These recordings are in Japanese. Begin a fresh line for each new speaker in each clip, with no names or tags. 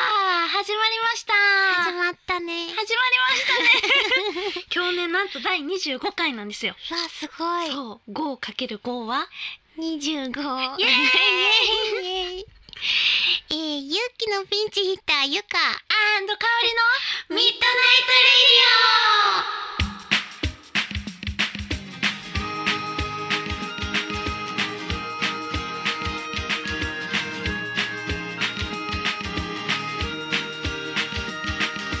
始まりました
始まったね。
始まりました ね今日ねなんと第25回なんですよ
わあ、すごい。
そう 5×5 は
二十五。
イエー
イエーイ。えー、ゆうきのピンチヒッターゆか。
アンド香りのミッドナイ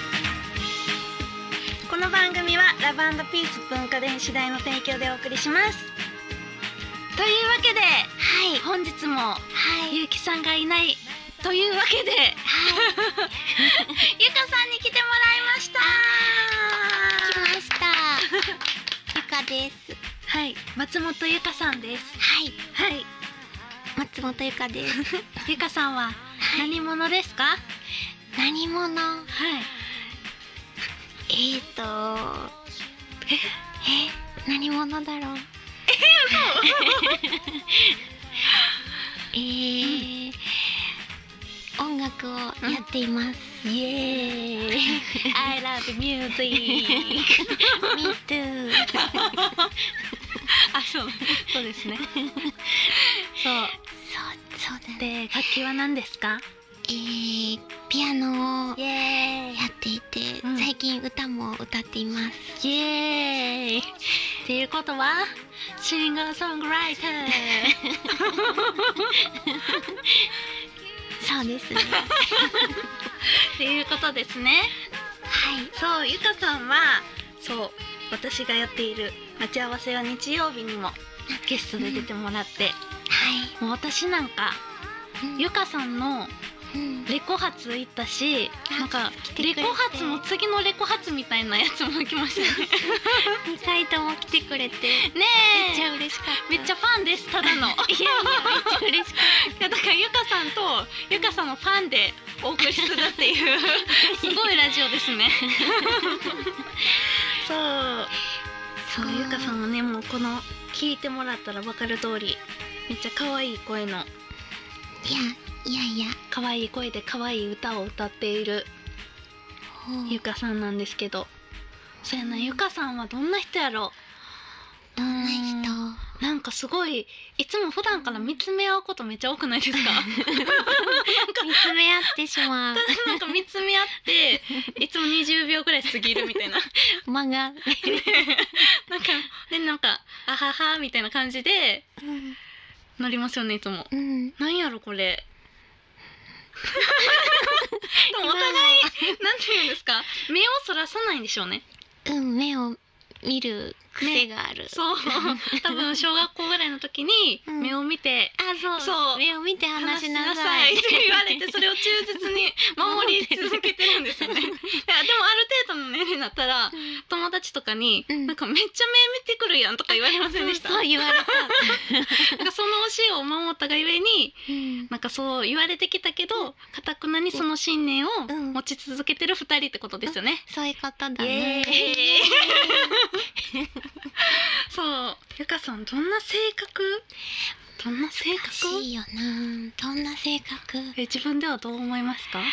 トレディオこの番組はラブピース文化電子代の提供でお送りしますというわけで
はい。
本日も
はい。
ゆうきさんがいないというわけで
はい。
ゆかさんに来てもらいました
来ました。ゆか です。
はい松本ゆかさんです
はい。
はい
松本ゆかです。
ゆかさんは何者ですかは
何者。
い
えーと。え、何者だろう。 え、えー。音楽をやっています。
イエーイ I love music
ミートゥー。
あそうそうですねそう
そう、そうだね。
で楽器は何ですか
えー、ピアノを
イ
や
エ
っていて、
うん
最近歌も歌っています。
イイエーイっていうことはシンガーソングラ イター
そうです ね。
っていうことですね
はい。
そうゆかさんはそう私がやっている待ち合わせは日曜日にもゲストで出てもらって
はい。
もう私なんかゆかさんの
うん、
レコ発行ったしなんか
てく
レ
れて
コ発の次のレコ発みたいなやつも来ました ね
二回とも来てくれて、
ね
めっち
え
ゃ嬉しかった。
めっちゃファンですただの いや
めっちゃ嬉しかっ
だからゆかさんとゆかさんのファンでお送りするっていう すごいラジオですね そうそ
た。
うゆかさ
ん。
んはねもうこの聞いてもらったら分かる通りめっちゃ可愛い声の
いや、いやいや。
可愛い声で可愛い歌を歌っている
ほう
ゆかさんなんですけどそうやなゆかさんはどんな人やろ
どんな人。
うなんかすごいいつも普段から見つめ合うことめっちゃ多くない ですか
見つめ合ってし まう。
なんか見つめ合っていつも20秒ぐらい過ぎるみたい な
漫画。
なんかでなんか「あはは」みたいな感じで
うん。
なりますよねいつも。
うん。
なんやろこ れ。でもお互いなんて言うんですか目をそらさないんでしょうね
うん、目を見る癖がある。
そう多分小学校ぐらいの時に
うん
目を見て
あ、そう。
そう
目を見て話
話
し
し
な
な
さ
さ
い
いっ。て言われてそれを忠実に守り続けてるんですよねいやでもある程度の年齢になったら友達とかに、
うん
なんかめっちゃ目見てくるやんとか言われませんでした
そうそう言われた。
なんかその教えを守ったがゆえに
うん
なんかそう言われてきたけどかたくなにその信念を
うん
持ち続けてる二人ってことですよね。
そういうことだ
イエ
ね。
ーイそうゆかさんどんな性格どんな性
難し
格
いよな。どんな性格？う
え自分ではどう思いますか
わ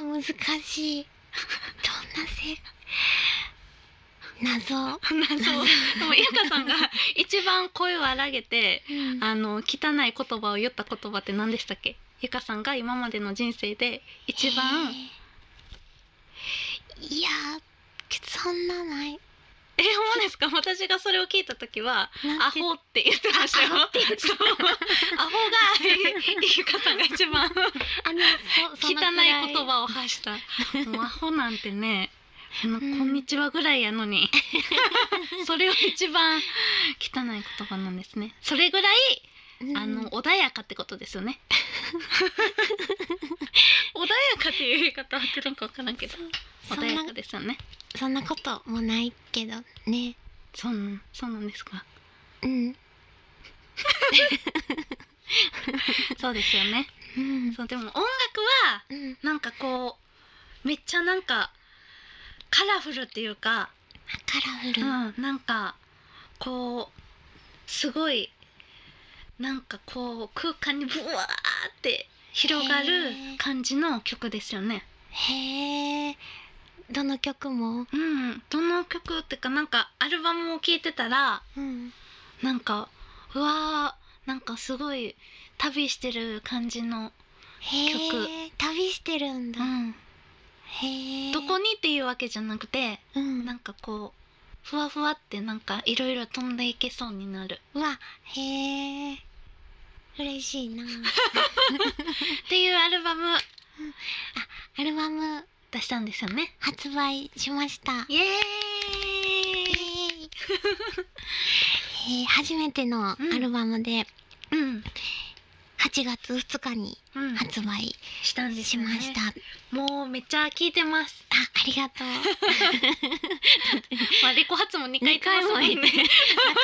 難しい。どんな性格？謎。
そう でもゆかさんが一番声を荒げて
うん
あの汚い言葉を言った言葉って何でしたっけゆかさんが今までの人生で一番
えーいやそんなない。
えほんまですか私がそれを聞いた時は
な
ア
んて
ホって言ってましたよ。
あアホ
って言ってた。アホがゆかさんが一番
あのそ
汚い
そのくら
言葉を発した。もうアホなんてね、このこんにちはぐらいやの に、それを一番汚い言葉なんですね。それぐらい、
うん
あの穏やかってことですよ ね。穏やかっていう言い方はってるのかわからんけど、
そ
穏
ん
や
な
かですよね。
そんなこともないけどね。
そうなん、そうなんですか。
うん
そうですよね。
うん
そうでも音楽は
うん。
なんかこうめっちゃなんかカラフルっていうか、
カラフ
う
ル。
ん、なんかこうすごいなんかこう空間にブワーって広がる
へー
感じの曲ですよね。
へえどの曲も、
うん、どの曲ってかなんかアルバムを聴いてたら
うん、
なんかうわーなんかすごい旅してる感じの、
へえ
曲
旅してるん
う
だ、
ん、
へえ
どこにっていうわけじゃなくて
うん
なんかこうふわふわってなんかいろいろ飛んでいけそうになる
うわへえ嬉しいな
っていうアルバム
アルバム
出したんですよね
発売しました
イエー
イエ
イ
ーイ へー初めてのアルバムで
うん、
8月2日に
うん、
発売
したんです
し
よね
ました、あ
もうめっちゃ聞いてます
ありがとう
まあレコ発も2回行ってますもんね
二回も行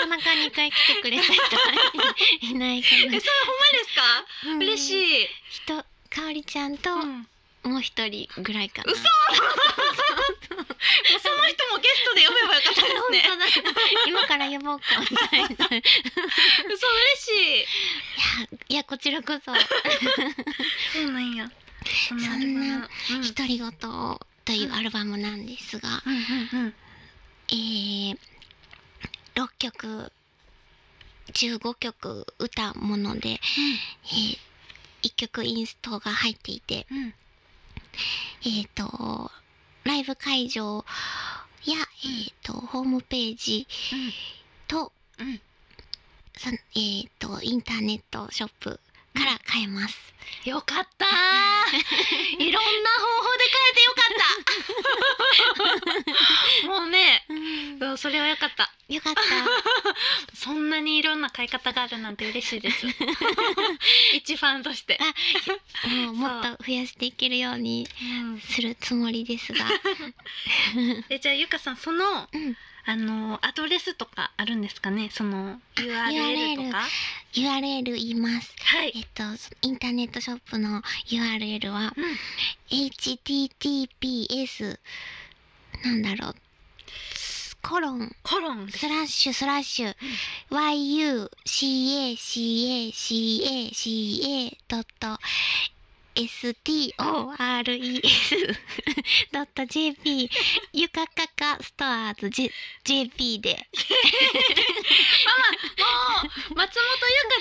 なかなか2回来てくれた人はいいないか
えそれほん
な
まですか、
い
嬉しい、
人かおりちゃんと
うん、もう
もう一人ぐらいかな
嘘その人もゲストで呼べばよかったです ね
本当だ 今から呼ぼうかみたいないや
嘘 嬉しい
いやこちらこ
そ
そ
うなんやそ
そんな
うん
「独り言」というアルバムなんですが、
うんうんうん
えー、6曲15曲歌うもので、えー、1曲インストが入っていて
うん
えっ、とライブ会場や、えー、とホームページと,、
うん
さえー、とインターネットショップから買えます。
よか ったーいろんな方法で変えてよ かったもうねうんそれはよかった
よかった。
そんなにいろんな買い方があるなんて嬉しいです 一ファンとして、
もうもっと増やしていけるようにするつもりですが。
えじゃあゆかさんその、
うん
あのアドレスとかあるんですかねその URL とか
URL 言います。
は
えっと、インターネットショップの URL は、
うん
https なんだろうコロン
コロンです
スラッシュスラッシュ yucacacaca.stores.jp ゆかかかストアーズ J- JP で
もう松本ゆか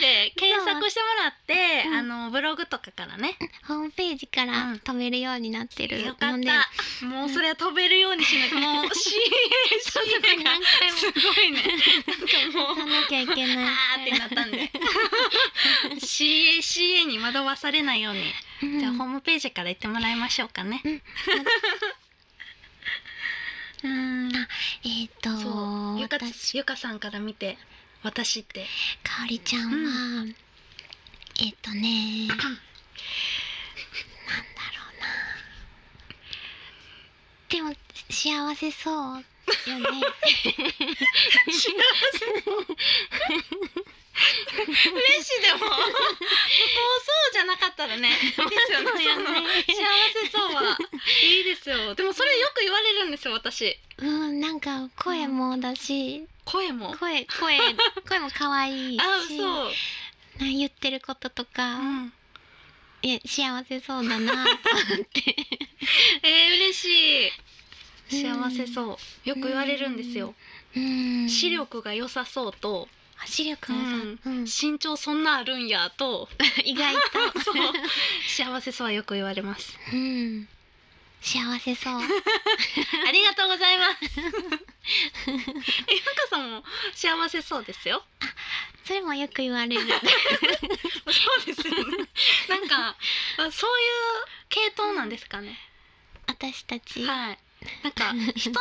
で検索してもらって、
うん
あのブログとかからね、
ホームページか
う
ら
ん
飛べるようになってる
よかっ
ので、
たもうそれは飛べるようにしないともうし
そんなに何回も
すご いねなんかもう
さなきゃいけない。
あーってなったんで CACA に惑わされないように、
うん
じゃあホームページから行ってもらいましょうかね
う
う
ん
ん
えっ、と
そうゆか
私
ゆかさんから見て私って
かおりちゃんは、えっ、とねなんだろうなでも幸せそうよ ね
嬉しいでももうそうじゃなかったらねですよね
そうよね
その幸せそうはいいですよでもそれよく言われるんですよ私
うんなんか声もだし、
声もあ
声声声も可愛いし
そう、
な言ってることと
う
か、
ん、
いや幸せそう だなと思って
えー、嬉しい幸せ
う
そうよく言われるんですよ
うん
視力が良さそうと
あ視力もさ、うん
身長そんなあるんや と
意外と
そう幸せそうはよく言われます
うん幸せそう
ありがとうございます。え、ゆかさんも幸せそうですよ。
それもよく 言われる
そうですよね。なんか、あそういう系統なんですかね。
私たち、
はい。なんか、人の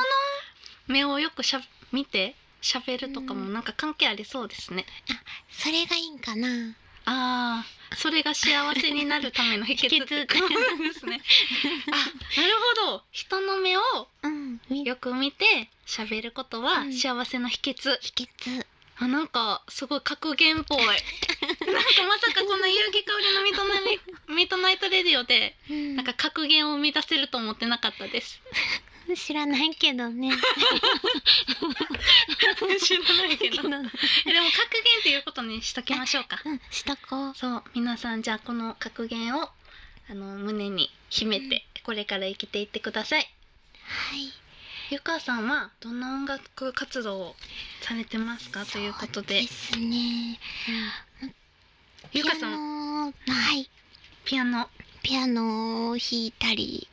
目をよくしゃ、見て、喋るとかも、
うん
なんか関係ありそうですね。
それがいいんかな
ああ、それが幸せになるための秘 訣ってことですね。 あ、なるほど。人の目を
うんみ
よく見て、喋ることは幸せの秘訣。
秘訣
あなんかすごい格言 っぽいなんかまさかこの結城かおりのミッドナイ ミッドナイトレディオで
うん
なんか格言を生み出せると思ってなかったです
知らないけどね
知らない け どでも格言っていうことにしときましょうか
うんしとこう
そう皆さんじゃあこの格言をあの胸に秘めてこれから生きていってください。
はい
ゆかさんはどんな音楽活動をされてますかということで
そうですね
ゆかさん
んはい
ピアノ、
ピアノを弾いたり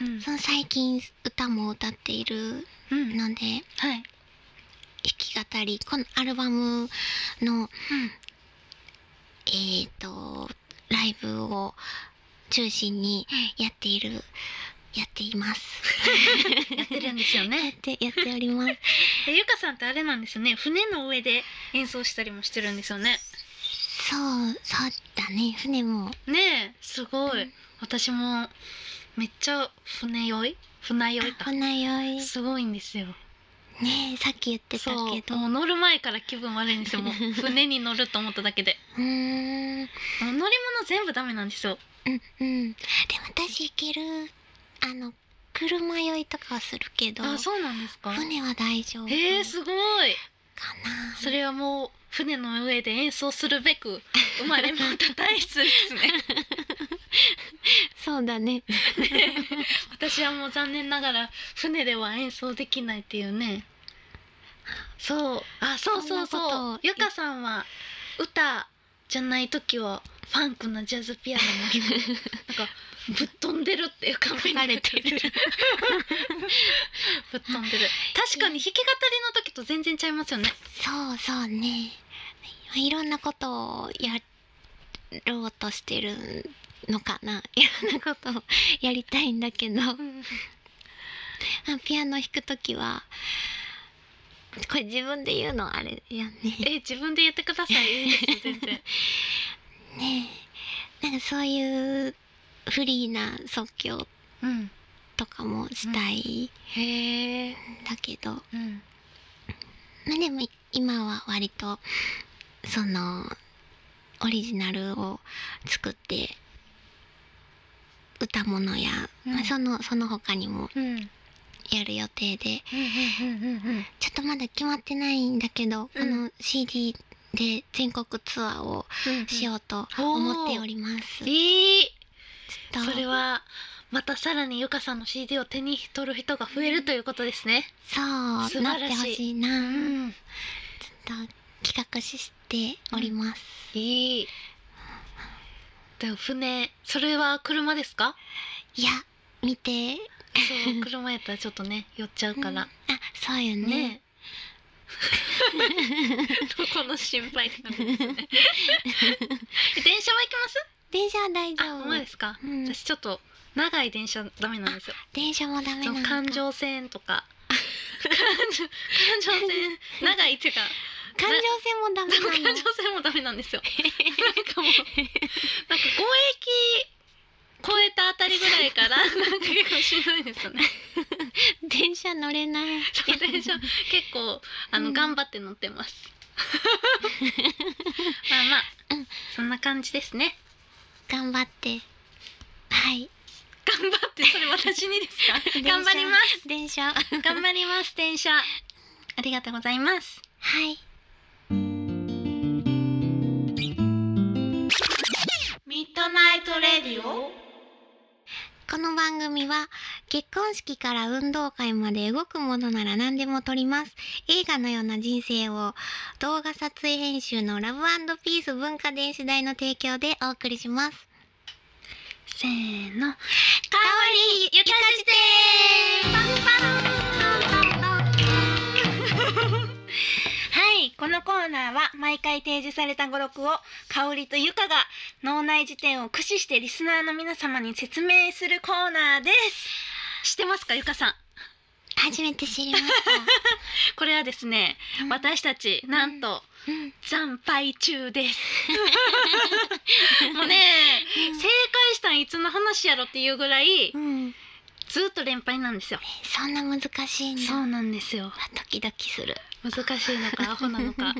うん
その最近歌も歌っている
うん、
ので
はい、
弾き語りこのアルバムのえっ、とライブを中心にやっているやっています。
やってるんです よね。
でやっております。
えゆかさんってあれなんですよね船の上で演奏したりもしてるんですよね
そうそうだね船も
ねえすごい、
うん
私もめっちゃ船酔い船酔いか
船酔い
すごいんですよ
ねえさっき言ってた
そう
けど
もう乗る前から気分悪いん ですよもう船に乗ると思っただけで
うーん
もう乗り物全部ダメなんですよ
うんうんで私行けるあの車酔いとかはするけど
あそうなんですか
船は大丈夫かな
えー、すごいそれはもう船の上で演奏するべく生まれ持 った体質ですね
そうだ ね
私はもう残念ながら船では演奏できないっていうねそうあそうそう
そんなこと
そ
を
うゆかさんは歌じゃない時はファンクなジャズピアノも弾く なんかぶっ飛んでるっていうカンペに
流れてる
ぶっ飛んでる確かに弾き語りの時と全然ちゃいますよね
そうそうねいろんなことをやろうとしてるのかない ろんなことをやりたいんだけどあピアノ弾くときはこれ自分で言うのあれやね
え自分で言ってくださいいいですよ全然
ねえなんかそういうフリーな即興
うん
とかもしたい
へえ
んだけど、
うん
まあでも今は割とそのオリジナルを作って歌物や、
うん
まあ、そのその他にも
うんうん
やる予定で
うんうんうん
ちょっとまだ決まってないんだけど、
うん
この CD で全国ツアーを
うん
しようと
うん
思っております。
い
ち
い
ょっと
それはまたさらにゆかさんの CD を手に取る人が増えるということですね。
そ
素
う
晴
なっ
らしい
てほしいな、
うん、
ちょっと企画しております。
いい。でも船、それは車です か？
いや見て
そう、車やったらちょっとね、寄っちゃうか
うんあ
ら。
そうよね
ねえ。どこの心配なんですね。電 車は行きます？
電車は大丈
あ、
夫
ほんまですか？
うん
私ちょっと長い電車ダメなんですよ。
電車もダメ
そ
な
の
のか
環状線と か。環状環状線長いっていうか。
環状線もダメ
でも
な
環
の
状線もダメなんですよ。なんかもうなんか5駅超えたあたりぐらい からなんか結構しんどいんですよね。
電車乗れない
そう電車結構あの、
うん
頑張って乗って ます。まあまあ、
うん
そんな感じです ね。
頑張ってはい
頑張ってそれ私にです か？
電車
頑張ります。
電車は
頑張ります電車。ありがとうございます。
い
ミッドナイトレディオ。
この番組は結婚式から運動会まで動くものなら何でも撮ります映画のような人生を動画撮影編集のラブピース文化電子代の提供でお送りします
せーの。
香りゆかしてパンパンパンパン
はい、このコーナーは毎回提示された語録を香りとゆかが脳内辞典を駆使してリスナーの皆様に説明するコーナーです。知ってますかゆかさん。
初めて知りまし
これはですね、
たうん
私たちなんと
うん
惨敗中です。 もうね、正解したんいつの話やろっていうぐらい
うん、
ずっと連敗なんですよ。
そんな難しいんだ
そうなんですよ。
ドキドキする
難しいのかアホなの か。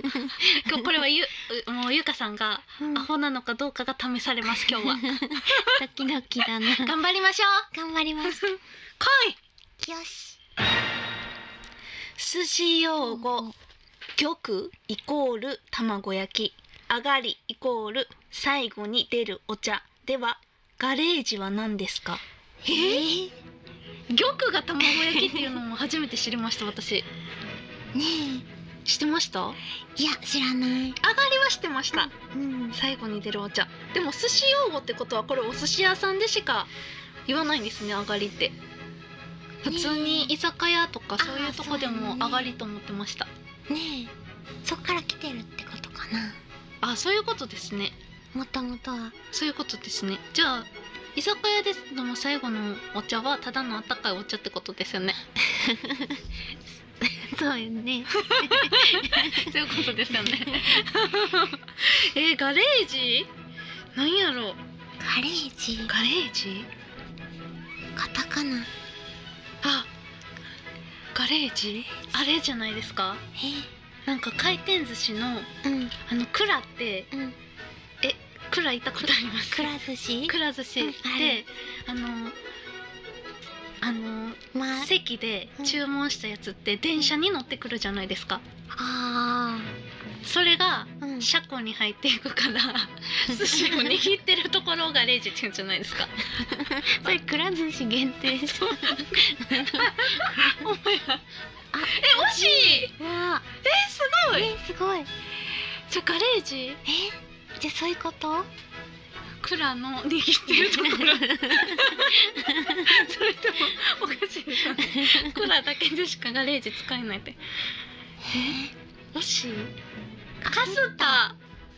今日これはゆうもうゆかさんがア
ド
ホなのかどうかが試されます今日は。
キドキ だな
頑張りましょう。
頑張 ります
来い
よし
寿司用語玉イコール卵焼き上がりイコール最後に出るお茶ではガレージは何ですか
えー、
玉が卵焼きっていうのも初めて知りました私
ね
知ってました上が
えいや知らない
りはしてました、
うん
最後に出るお茶でも寿司用語ってことはこれお寿司屋さんでしか言わないんですね上がりって普通に居酒屋とかそういうとこで
あーそ
も
うね
上がりと思ってました
ねえそっから来てるってことかな
あそういうことですね
もともとは
そういうことですねじゃあ居酒屋ですの最後のお茶はただのあったかいお茶ってことですよ ね
そうよね
そういうことですよね えー、ガレージなんやろう
ガレージ
ガレージ
カタカナ
あガレージあれじゃないですかなんか回転寿司の
えうん
あのクラって
うん
クラいたことあります
くら寿司
くら寿司
う
で
ん
あ
ある
のあの
まあ
席で注文したやつって電車に乗ってくるじゃないですか
あ
それが
ーうん
車庫に入っていくから寿司を 握ってるところをガレージって言うんじゃないですか
それくら寿司限 定ですわ
お前らえ惜しい
あ
えすごい
えすごい
じゃあガレージ
えじゃあそういうこと
クラの握ってるところ それともおかしいですよねクラだけでしかガレージ使えないって惜しいカスタ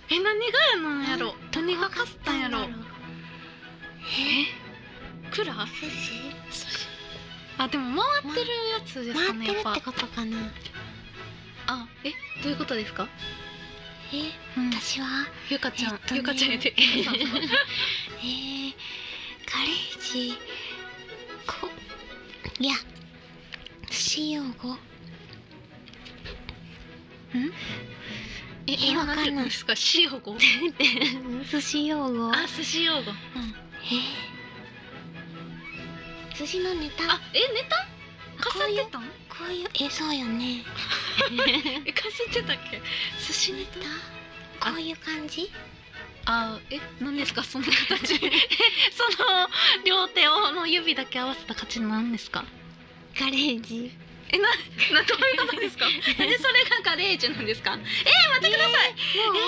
え何がやなんやろ何がカスタやろえクラ
寿司
あでも回ってるやつですか
回っ
ね
て
や
る
っぱ
ってことかな
あえどういうことですか、
え
うん
私は
ゆかちゃん、
えっとね
ゆかちゃんやってゆかさん
えー、ガレージこいや寿司用語
え
えわかんない
て言うんですか塩語
寿司用語
あ寿司用語、うん、
えー、寿司のネタ
あえネタかすってたん
こういうえそうよね
えかすってたっけ寿司ネタ
こういう感じ
あえ何ですかその形 えその両手をの指だけ合わせた形なんですか
ガレージ
えななどういうこと ですかなんでそれがガレージなんですかえ待ってください、
も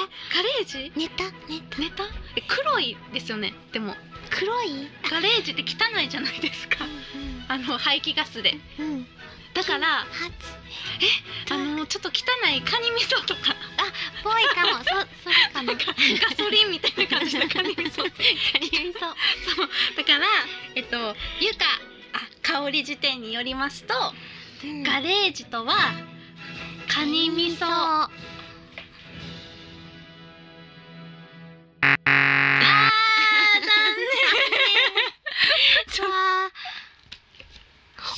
えガレージ
うネタネタ
ネタえ黒いですよねでも
黒い
ガレージって汚いじゃないですか あの排気ガスで
うんうんうん
だから
初
あのちょっと汚いカニ味噌と か
ぽいかもそそれかな
なんかガソリンみたいな感じのカニ味 噌
そう
だからえっとゆかあ香り辞典によりますと、
うん
ガレージとはカニ味噌あ
あ
ー
ーわ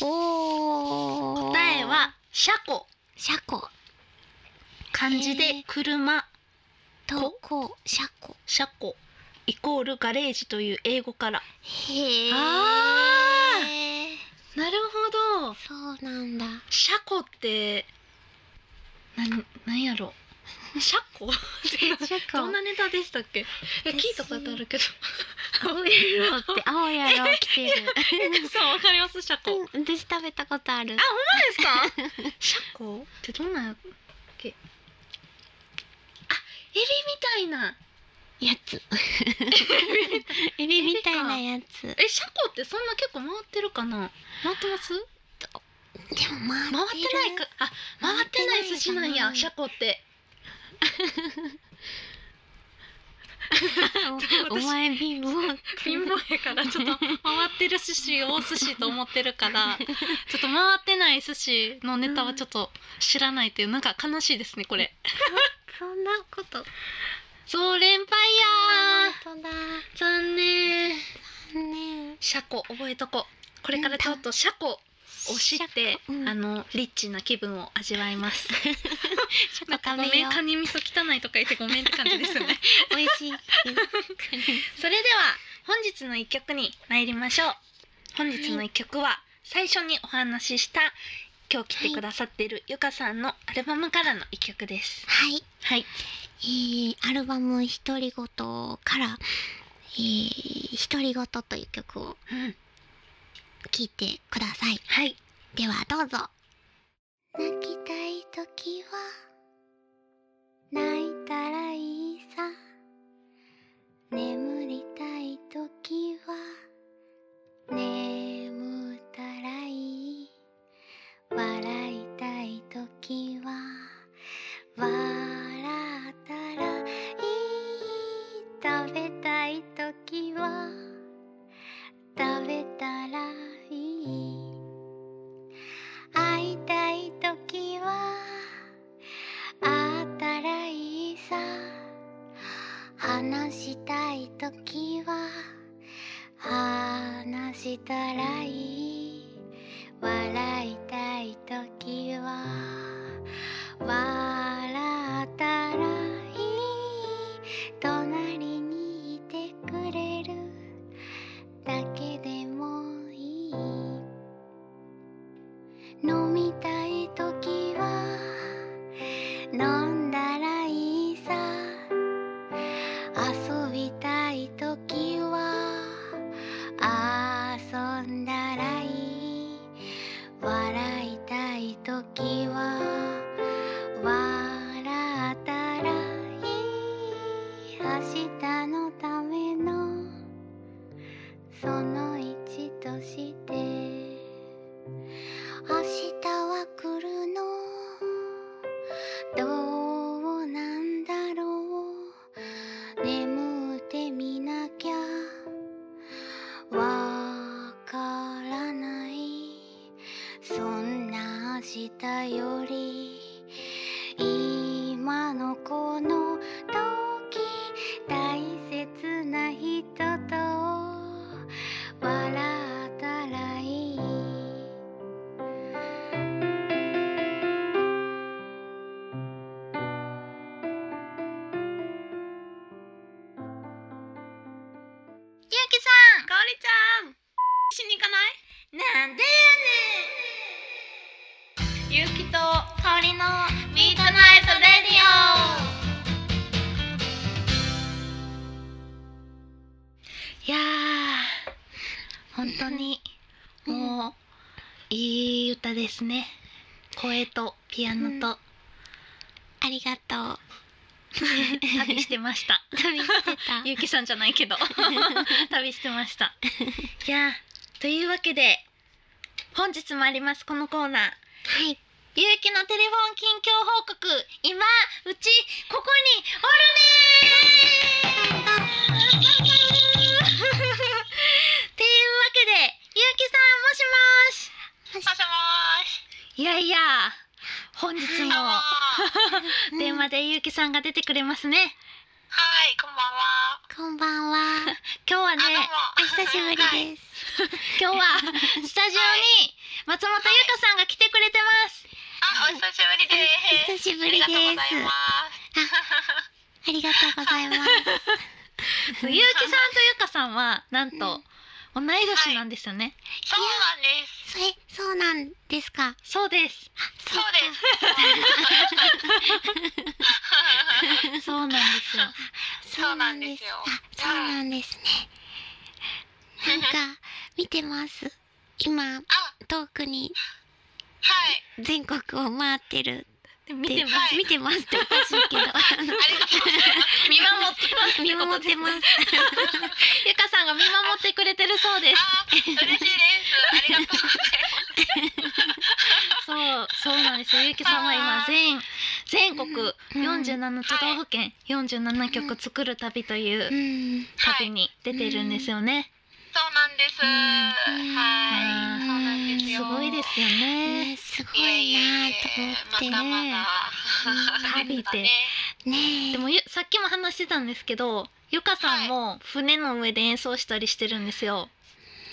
ーおー
答えは車庫
車庫
漢字
え
で
ー
車
とこう車庫
車庫イコールガレージという英語から
へえ
あなるほど
そうなんだ
車庫ってなんなんや ろ車庫
車庫
どんなネタでしたっけえ聞いたことあるけど
青いやろって 青いやろ着てる
ゆかさんわかります車庫
うん私食べたことある
あ、本当 ですか。シャコってどんなやっけ。あ、エビみたいな。
やつエビみたいなやつで
え、シャコってそんな結構回ってるかな。回ってます？
も
回ってないか。あ、回ってない寿司なんや。シャコ って。
お前貧乏
貧乏やからちょっと回ってる寿司を寿司と思ってる から、ちょっと回ってない寿司のネタはちょっと知らないっていうなんか悲しいですねこれ。
そんなことや
そう連敗や
本当だ
ー。残念。
ね
シャコ覚えとこ。これからちょっとシャコ。を知って、
うん
あのリッチな気分を味わいます。
ちょっと
ご
食べ
め
よ
ん、
う
カニ味噌汚いとか言ってごめんって感じ ですよね。
美味しい
それでは本日の一曲に参りましょう。本日の一曲は、最初にお話しした今日来てくださっているゆかさんのアルバムからの一曲です。
はい
はい。
えー、アルバム「独り言」から、ええー、独り言という曲を
うん
聴いてください。
はい
ではどうぞ。泣きたいときは泣いたらいいさ。眠りたいときは眠ったらいい。笑いたいときは笑ったらいい。食べたいときは食べたらいい。会いたいときは会ったらいいさ話したいときは話したらいい笑いたいときは笑ったらいい隣にいてくれるだけでもいい飲みたいときは飲んだらいいさ遊びたいときは遊んだらいい笑いたいときは笑ったらいい明日のためのその一として明日は来るのどうなんだろう眠ってみなきゃわからないそんな明日より今のこの時大切な人と笑ったらいい
ゆうきさんかおりちゃんしに行かないなんでやねんゆうきとかおりのミートナイトレディオいやー本当にもういい歌ですね声とピアノと
ありが とう。
旅してました
旅してた。
ゆうきさんじゃないけど旅してました いやーというわけで本日もありますこのコーナー
はい。
ゆうきのテレフォン近況報告今うちここにおるねー ていうわけでゆうきさんもしもし
もし
もしもーし。
いやいや本日も
あー
電話でゆうきさんが出てくれますね
はい、こんばんは。
こんばんは。
今日はね
あ、どうも。
お久しぶり
はい
です。
今日はスタジオに松本優香さんが来てくれてます、
あ、お久しぶりです。
久しぶりです。
ありがとうございま
ありがとうございます。
ゆうきさんと優香さんはなんと同い年なんですよね、
す。そうなんです。
そえ、そうなんですか。
そうです
そうです。
そうなんですよ
す
そうなんですよ
あ、そうなんですね。 なんか見てます。今
あ、
遠くに
はい。
全国を回ってる
で見
っ
て
て。
ます、
す
見てますっておかしいけど。あの
ありがとうございます。
見守ってます
見守ってます。
優香さんが見守ってくれてるそう です
あ、嬉しいです。ありがとうございます。
そうそうなんですよゆうきさんは今
あー
全全国
うん。
47都道府県47曲作る旅といううん旅に出てるんですよね、
そうなんです。
うん
はい。そうなんです
す
よ。
ごいですよ
ね
ね
すご
いえい
いな
えい
ぁと思
え。ま
って。
た また。
旅って
ね
ねえ
でもゆさっきも話してたんですけどゆかさんも船の上で演奏したりしてるんですよ、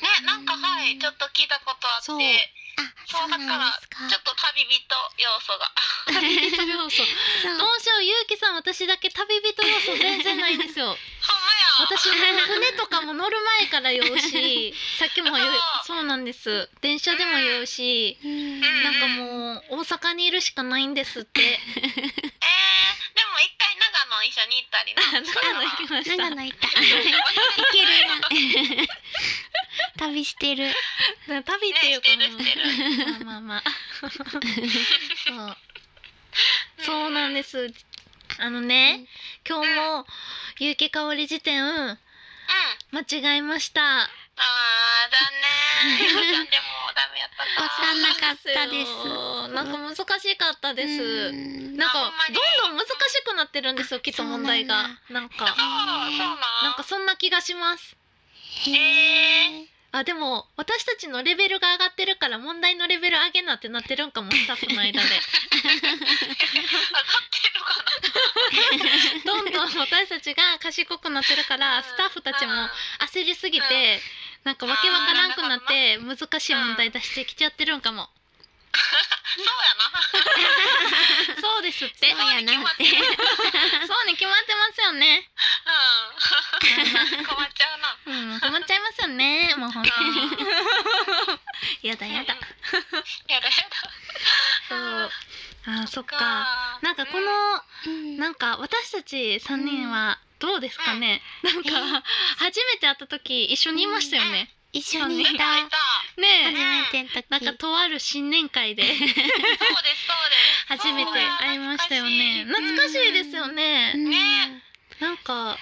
ね、なんかはい、ちょっと聞いたことあって、ち
そ
ょ
う
っ
あ、
そう
そうなんですか。
と旅人要 素が。
旅人要素
そ
ど
う
うしようゆうきさん私だけ旅人要素全然ないんです よ
ほんまや。
私船とかも乗る前から酔う しさっきも酔う
嘘
そうなんです電車でも酔うし
うん。
うん
なんか もう大阪にいるしかないんですって
えー、でも一回長野一緒に行っっ たりな。
長野行きました
長野行ったいけるやん旅してる
旅っていうか、
ねしてる
まあまあまあそうそうなんですあのね、今日も結城香り辞典
うん。
間違えました
ああ、残 念。ゆうちゃんでもダメやった
わか んなかったです
なんか難しかったです、
うーん
なん
あ
か
ほんまに
どんどん難しくなってるんですよきっと問題がなんか
な。ああ、そう
な
なん
んかそんな気がします
へー
あでも私たちのレベルが上がってるから問題のレベル上げなってなってるんかもスタッフの間で
上がってるかな。
どんどん私たちが賢くなってるからスタッフたちも焦りすぎてなんかわけわからんくなって難しい問題出してきちゃってるんかも
そうやな。
そうですって
そうやなって
そうに決まってますよね
うん。困っちゃうな。
うん困っちゃいますよねもう本当に
うん
やだやだ
やだや
そう
だ。
あーそっかなんかこの、
うん
なんか私たち三人はどうですかね、なんか初めて会った時一緒にいましたよね、
一緒にい
うんい
た
たいた。
ねえ
初めての時
なんかとある新年会 で
そうですそうです。
初めて会いましたよね
そう
懐かしいですよね、
うん
ね
なんか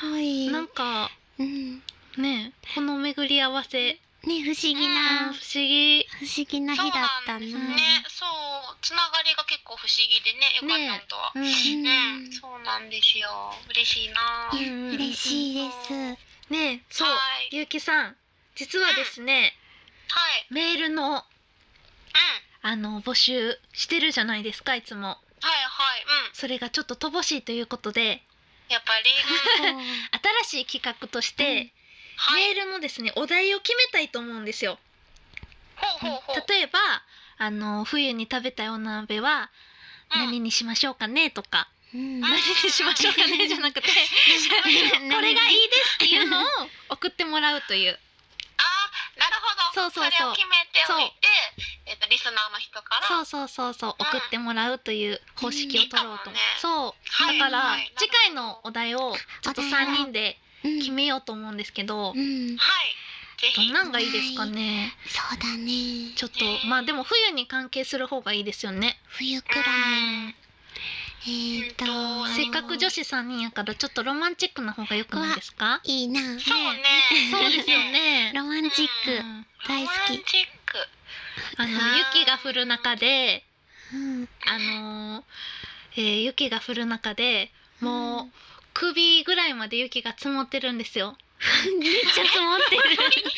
すごい
なんか
うんね
ねえこの巡り合わせ
不思議
不
な
思議
不思議な日だったな
そうなんですね。そう、つながりが結構不思議でね、ゆかちゃんとは。
うん
うん
ね、そうなんですよ。嬉しいな。
うんうんうん
嬉しいです
ねえそう
はい
ゆうきさん実はですね
はい。
メールの
うん。
あの募集してるじゃないですかいつも
はいはい。うん。
それがちょっと乏しいということで
やっぱり。 うん
こう
新しい企画として、
はい。
メールのですねお題を決めたいと思うんですよ。
ほうほうほう。
例えばあの冬に食べたいお鍋は
うん
何にしましょうかねとか、
うん
何にしましょうかねじゃな くてこれがいいですっていうのを送ってもらうという
あー、なるほ
そう
ど。
そうそう
れを決めておいて、えっとリスナーの人から。
そうそうそうそう送ってもらうという方式を取ろうと、
うんいいかもね
そう
はい
だから、
はい
次回のお題をちょっと3人で
うん
決めようと思ううんですけど、
うん
はい。ぜ
どん
ひ。
なんがいいですかね
そうだね
ちょっとまあでも冬に関係する方がいいですよね
冬くらいえーっと
うん
せっかく女子3人やからちょっとロマンチックな方がよくないです か
いいな
そうね。
そうですよ。 ね
ロマンチッ
う
ク
ん
大好
ロマ
き
ンチック。
あの雪が降る中で
うん
あのーえー雪が降る中でもう首ぐらいまで雪が積もってるんです よ
めっちゃ積もってるめっちゃ積も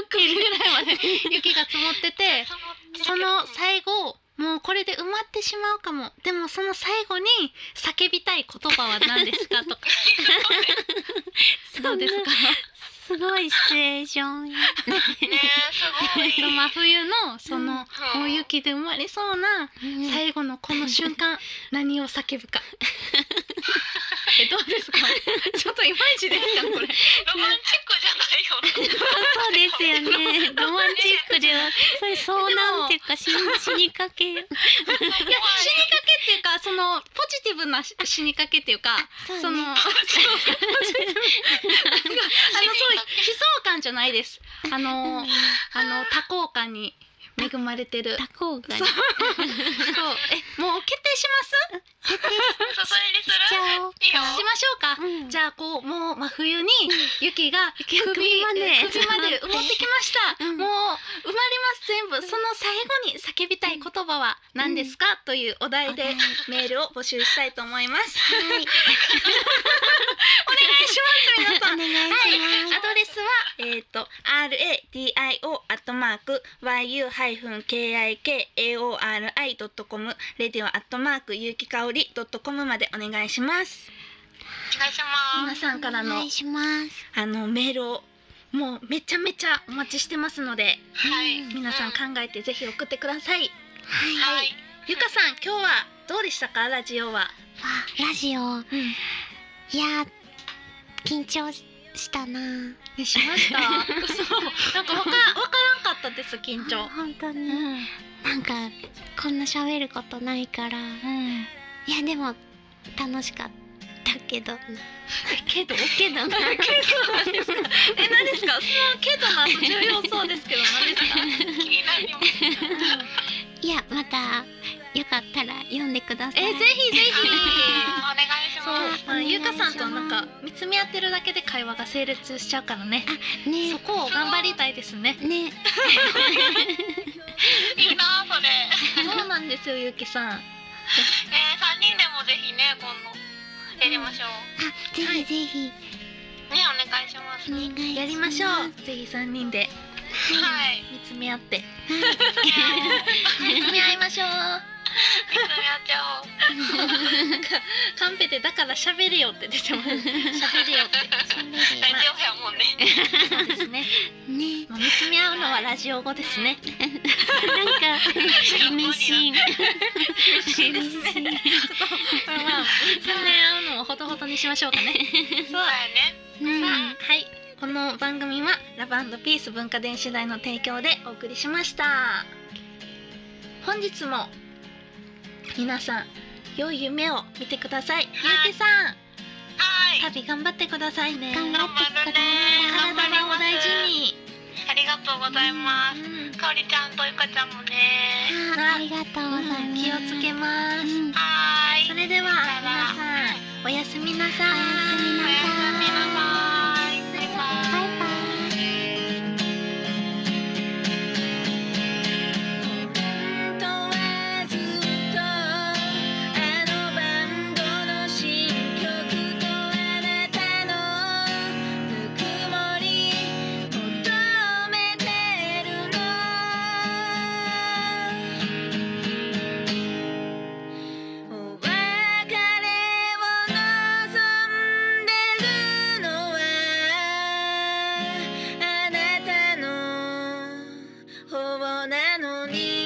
って
首ぐらいまで雪が積もっててその 最後もうこれで埋まってしまうかもでもその最後に叫びたい言葉は何ですかと か
る
どうですか
すごいシチュエーションや
ねすご い。
そう真冬のその
うん
大雪で埋まりそうな最後のこの瞬間何を叫ぶか えどうですか ちょっとイマイチですかこ れ
ロマンチックじゃないよ。
そうですよ ね。ロマンチックでは、それ遭難っていうか、死に、死にかけ。
怖
いや
い
死にかけっていうかそのポジティブなし死にかけっていうか
そう ね
そのあのそう悲壮感じゃないですあのあの多幸感に恵まれてる
タコが。
そうそうえもう決定します
そうそれにす
じ
る。
ゃ
いいよ。
しましょうか、
うん
じゃあこうもう真冬に雪が首
首まで
首まで埋もってきました、
うん
もう埋まります全部その最後に叫びたい言葉は何ですか、というお題でメールを募集したいと思います
あ、はい、
お願いします皆さ
お
ん
願い
はい、
し
アドレスはえっ、と r a d i o アットマーク y u ハイフン k i k a o r i ドットコムレディオアットマーク有機香りドットコムまでお願いします。
お願いしま
皆
す。
さんか
ます。
ら
お
の
願いします。
あのメールをもうめちゃめちゃお待ちしてますので、
はい。
皆さん考えてぜひ送ってください。
は
はい
い。
ゆかさん今日はどうでしたかラジオは？
わ、ラジオ。
うん、
いやー、緊張ししたな。
しました。 そうなんかわかわからんかったです緊張。
本当
う
に。なんか、こんな喋ることないから。いや、でも、楽しかっけどな。 けど、けどな。
え、何ですか。そのけどな重要そうですけど、何ですか。
気になります
いや、また、よかったら読んでください。
え、ぜひぜ
あーお願いし
ひ。そう
ます、
まあ、ゆうかさんと
お願
ないん
します
か見つめ合ってるだけで会話が成立しちゃうからね。
ひ。ね
そこを頑張りたいですね。
ね、
いいなそれ
そうなんですよ、ゆうきさん。
えー、3人でもぜひね今度やりましょう
あ、ぜひぜひ、
ねお願いします
お
は
願
い
いします。
やりましょう。ぜひ三人で見つめ合 って。見つめ合いましょう。
いつもやっちゃおう
カンペでだから喋れよって出て ます。喋れよって。
それで
大丈夫やもんね
そうですね。
ね、
まあ見つめ合うのはラジオ語ですね。
なんか、意味深。
しいですね
意味
まあまあ、見つめ合うのもほどほどにしましょうかね。
そうやね
深うん
うんはい。この番組はラブピース文化電子台の提供でお送りしました。本日も皆さん良い夢を見てください。ゆうきさん、
はい
旅頑張ってくださいね。
頑張
頑張るね
体
頑張り
は
ま
お
す
大事に。
ありがとうございます
うん
かおりちゃんとゆかちゃんもね
あ、ありがとうございます。
気をつけます。
うん
はーい
それでは皆さんおやすみなさい。
おやすみ
お
な
やすみなさいバイバイ
バイバイ。
本当はずっとあのバンドの新曲とあなたのぬくもり求めてるのお別れを望んでるのはあなたの方なのに